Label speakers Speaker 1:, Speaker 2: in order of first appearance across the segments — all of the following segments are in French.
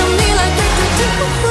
Speaker 1: on me like we could do.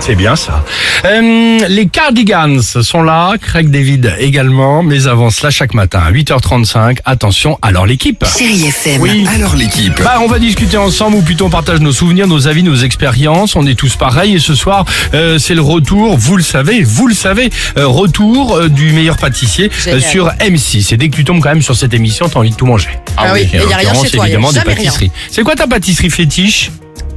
Speaker 2: C'est bien ça. Euh, les Cardigans sont là, Craig David également, mais avant cela chaque matin à 8h35. Attention, alors l'équipe.
Speaker 3: Chérie FM,
Speaker 2: Oui.
Speaker 4: Alors l'équipe,
Speaker 2: Bah, on va discuter ensemble, ou plutôt on partage nos souvenirs, nos avis, nos expériences. On est tous pareils et ce soir, euh, c'est le retour. Vous le savez, vous le savez, euh, retour euh, du meilleur pâtissier euh,
Speaker 5: Génial.
Speaker 2: sur M6. Et dès que tu tombes quand même sur cette émission, t'as envie de tout manger.
Speaker 5: Ah oui,
Speaker 2: Et
Speaker 5: et
Speaker 2: en
Speaker 5: y a rien
Speaker 2: l'occurrence,
Speaker 5: chez toi, y a
Speaker 2: évidemment des
Speaker 5: jamais rien.
Speaker 2: pâtisseries. C'est quoi ta pâtisserie fétiche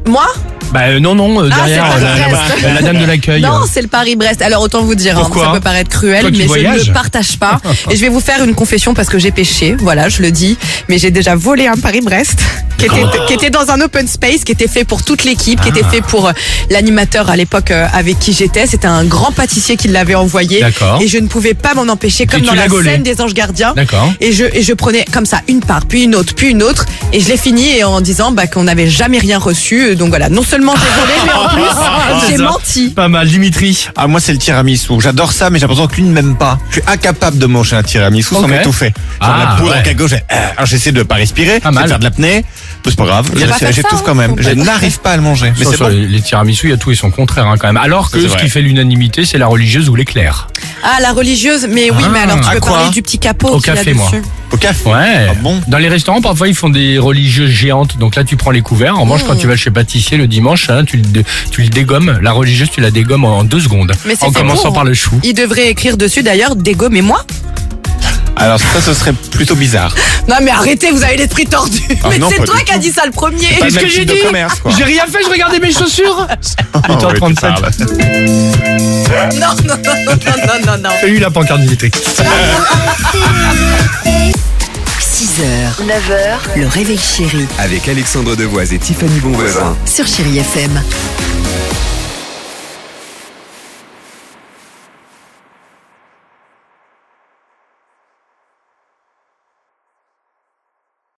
Speaker 5: Moi
Speaker 2: Bah euh, non non, euh,
Speaker 5: Ah,
Speaker 2: derrière
Speaker 5: c'est pas
Speaker 2: euh,
Speaker 5: le
Speaker 2: la,
Speaker 5: reste.
Speaker 2: la- la dame de l'accueil.
Speaker 5: Non, c'est le Paris-Brest. Alors autant vous dire, hein,
Speaker 2: hein. Pourquoi
Speaker 5: ça peut paraître cruel,
Speaker 2: Toi, tu
Speaker 5: mais je
Speaker 2: voyages
Speaker 5: ne le partage pas. Et je vais vous faire une confession parce que j'ai péché, voilà, je le dis. Mais j'ai déjà volé un Paris-Brest qui était, qui était dans un open space, qui était fait pour toute l'équipe, qui
Speaker 2: Ah.
Speaker 5: était fait pour euh, l'animateur à l'époque euh, avec qui j'étais. C'était un grand pâtissier qui l'avait envoyé.
Speaker 2: D'accord.
Speaker 5: Et je ne pouvais pas m'en empêcher, comme
Speaker 2: tu
Speaker 5: dans
Speaker 2: l'as
Speaker 5: la
Speaker 2: gaulé.
Speaker 5: scène des anges gardiens.
Speaker 2: D'accord.
Speaker 5: Et je, et je prenais comme ça une part, puis une autre, puis une autre. Et je l'ai fini et en disant bah, qu'on n'avait jamais rien reçu. Donc voilà, non seulement j'ai volé, mais en plus j'ai
Speaker 2: Ah, C'est ça.
Speaker 5: menti.
Speaker 2: Pas mal, Dimitri.
Speaker 6: Ah moi c'est le tiramisu. J'adore ça mais j'ai l'impression qu'une même pas. Je suis incapable de manger un tiramisu
Speaker 2: Ok.
Speaker 6: sans m'étouffer. Genre
Speaker 2: Ah,
Speaker 6: la poudre
Speaker 2: ouais.
Speaker 6: en cagoche. j'ai- euh, Alors j'essaie de pas respirer,
Speaker 2: Pas mal.
Speaker 6: de faire de l'apnée. Mais C'est pas grave.
Speaker 5: a pas
Speaker 6: je-
Speaker 5: faire
Speaker 6: J'étouffe
Speaker 5: ça,
Speaker 6: quand
Speaker 5: hein,
Speaker 6: même.
Speaker 5: faut
Speaker 6: Je
Speaker 5: pas-
Speaker 6: n'arrive pas à le manger. Mais
Speaker 2: Sur-
Speaker 6: c'est
Speaker 2: sur
Speaker 6: bon.
Speaker 2: les, les tiramisu, il y a tout et son contraire hein, quand même. Alors que
Speaker 6: Ça, c'est
Speaker 2: ce
Speaker 6: vrai.
Speaker 2: qui fait l'unanimité, c'est la religieuse ou l'éclair.
Speaker 5: Ah, la religieuse, mais oui,
Speaker 2: Ah,
Speaker 5: mais alors tu
Speaker 6: à
Speaker 5: peux
Speaker 6: quoi
Speaker 5: parler du petit capot
Speaker 2: Au
Speaker 5: qu'il a
Speaker 2: café, moi.
Speaker 5: dessus.
Speaker 6: Au café.
Speaker 2: Ouais.
Speaker 6: Ah bon
Speaker 2: Dans les restaurants, parfois, ils font des religieuses géantes. Donc là, tu prends les couverts. En revanche, quand tu vas chez pâtissier le dimanche, hein, tu, le dé- tu le dégommes. La religieuse, tu la dégommes en deux secondes.
Speaker 5: Mais c'est
Speaker 2: en
Speaker 5: fait
Speaker 2: commençant
Speaker 5: pour,
Speaker 2: par
Speaker 5: hein.
Speaker 2: le chou.
Speaker 5: Il devrait écrire dessus d'ailleurs dégommez-moi.
Speaker 6: Alors ça ce serait plutôt bizarre.
Speaker 5: Non mais arrêtez, vous avez l'esprit tordu.
Speaker 6: Ah
Speaker 5: mais
Speaker 6: non,
Speaker 5: c'est
Speaker 6: pas
Speaker 5: toi
Speaker 6: du
Speaker 5: qui as dit ça le premier.
Speaker 6: Pas le
Speaker 2: Qu'est-ce
Speaker 6: même
Speaker 2: que j'ai
Speaker 6: type de
Speaker 2: dit
Speaker 6: commerce quoi.
Speaker 2: J'ai rien fait, je regardais mes chaussures.
Speaker 6: Ah, ouais,
Speaker 2: 8h37.
Speaker 6: bizarre, là.
Speaker 5: Non, non, non, non, non, non, non.
Speaker 2: J'ai eu la pancarte d'Imitri.
Speaker 3: 6h, 9h, le réveil chéri
Speaker 4: avec Alexandre Devoise et Tiffany Bonvoisin.
Speaker 3: sur Chérie FM.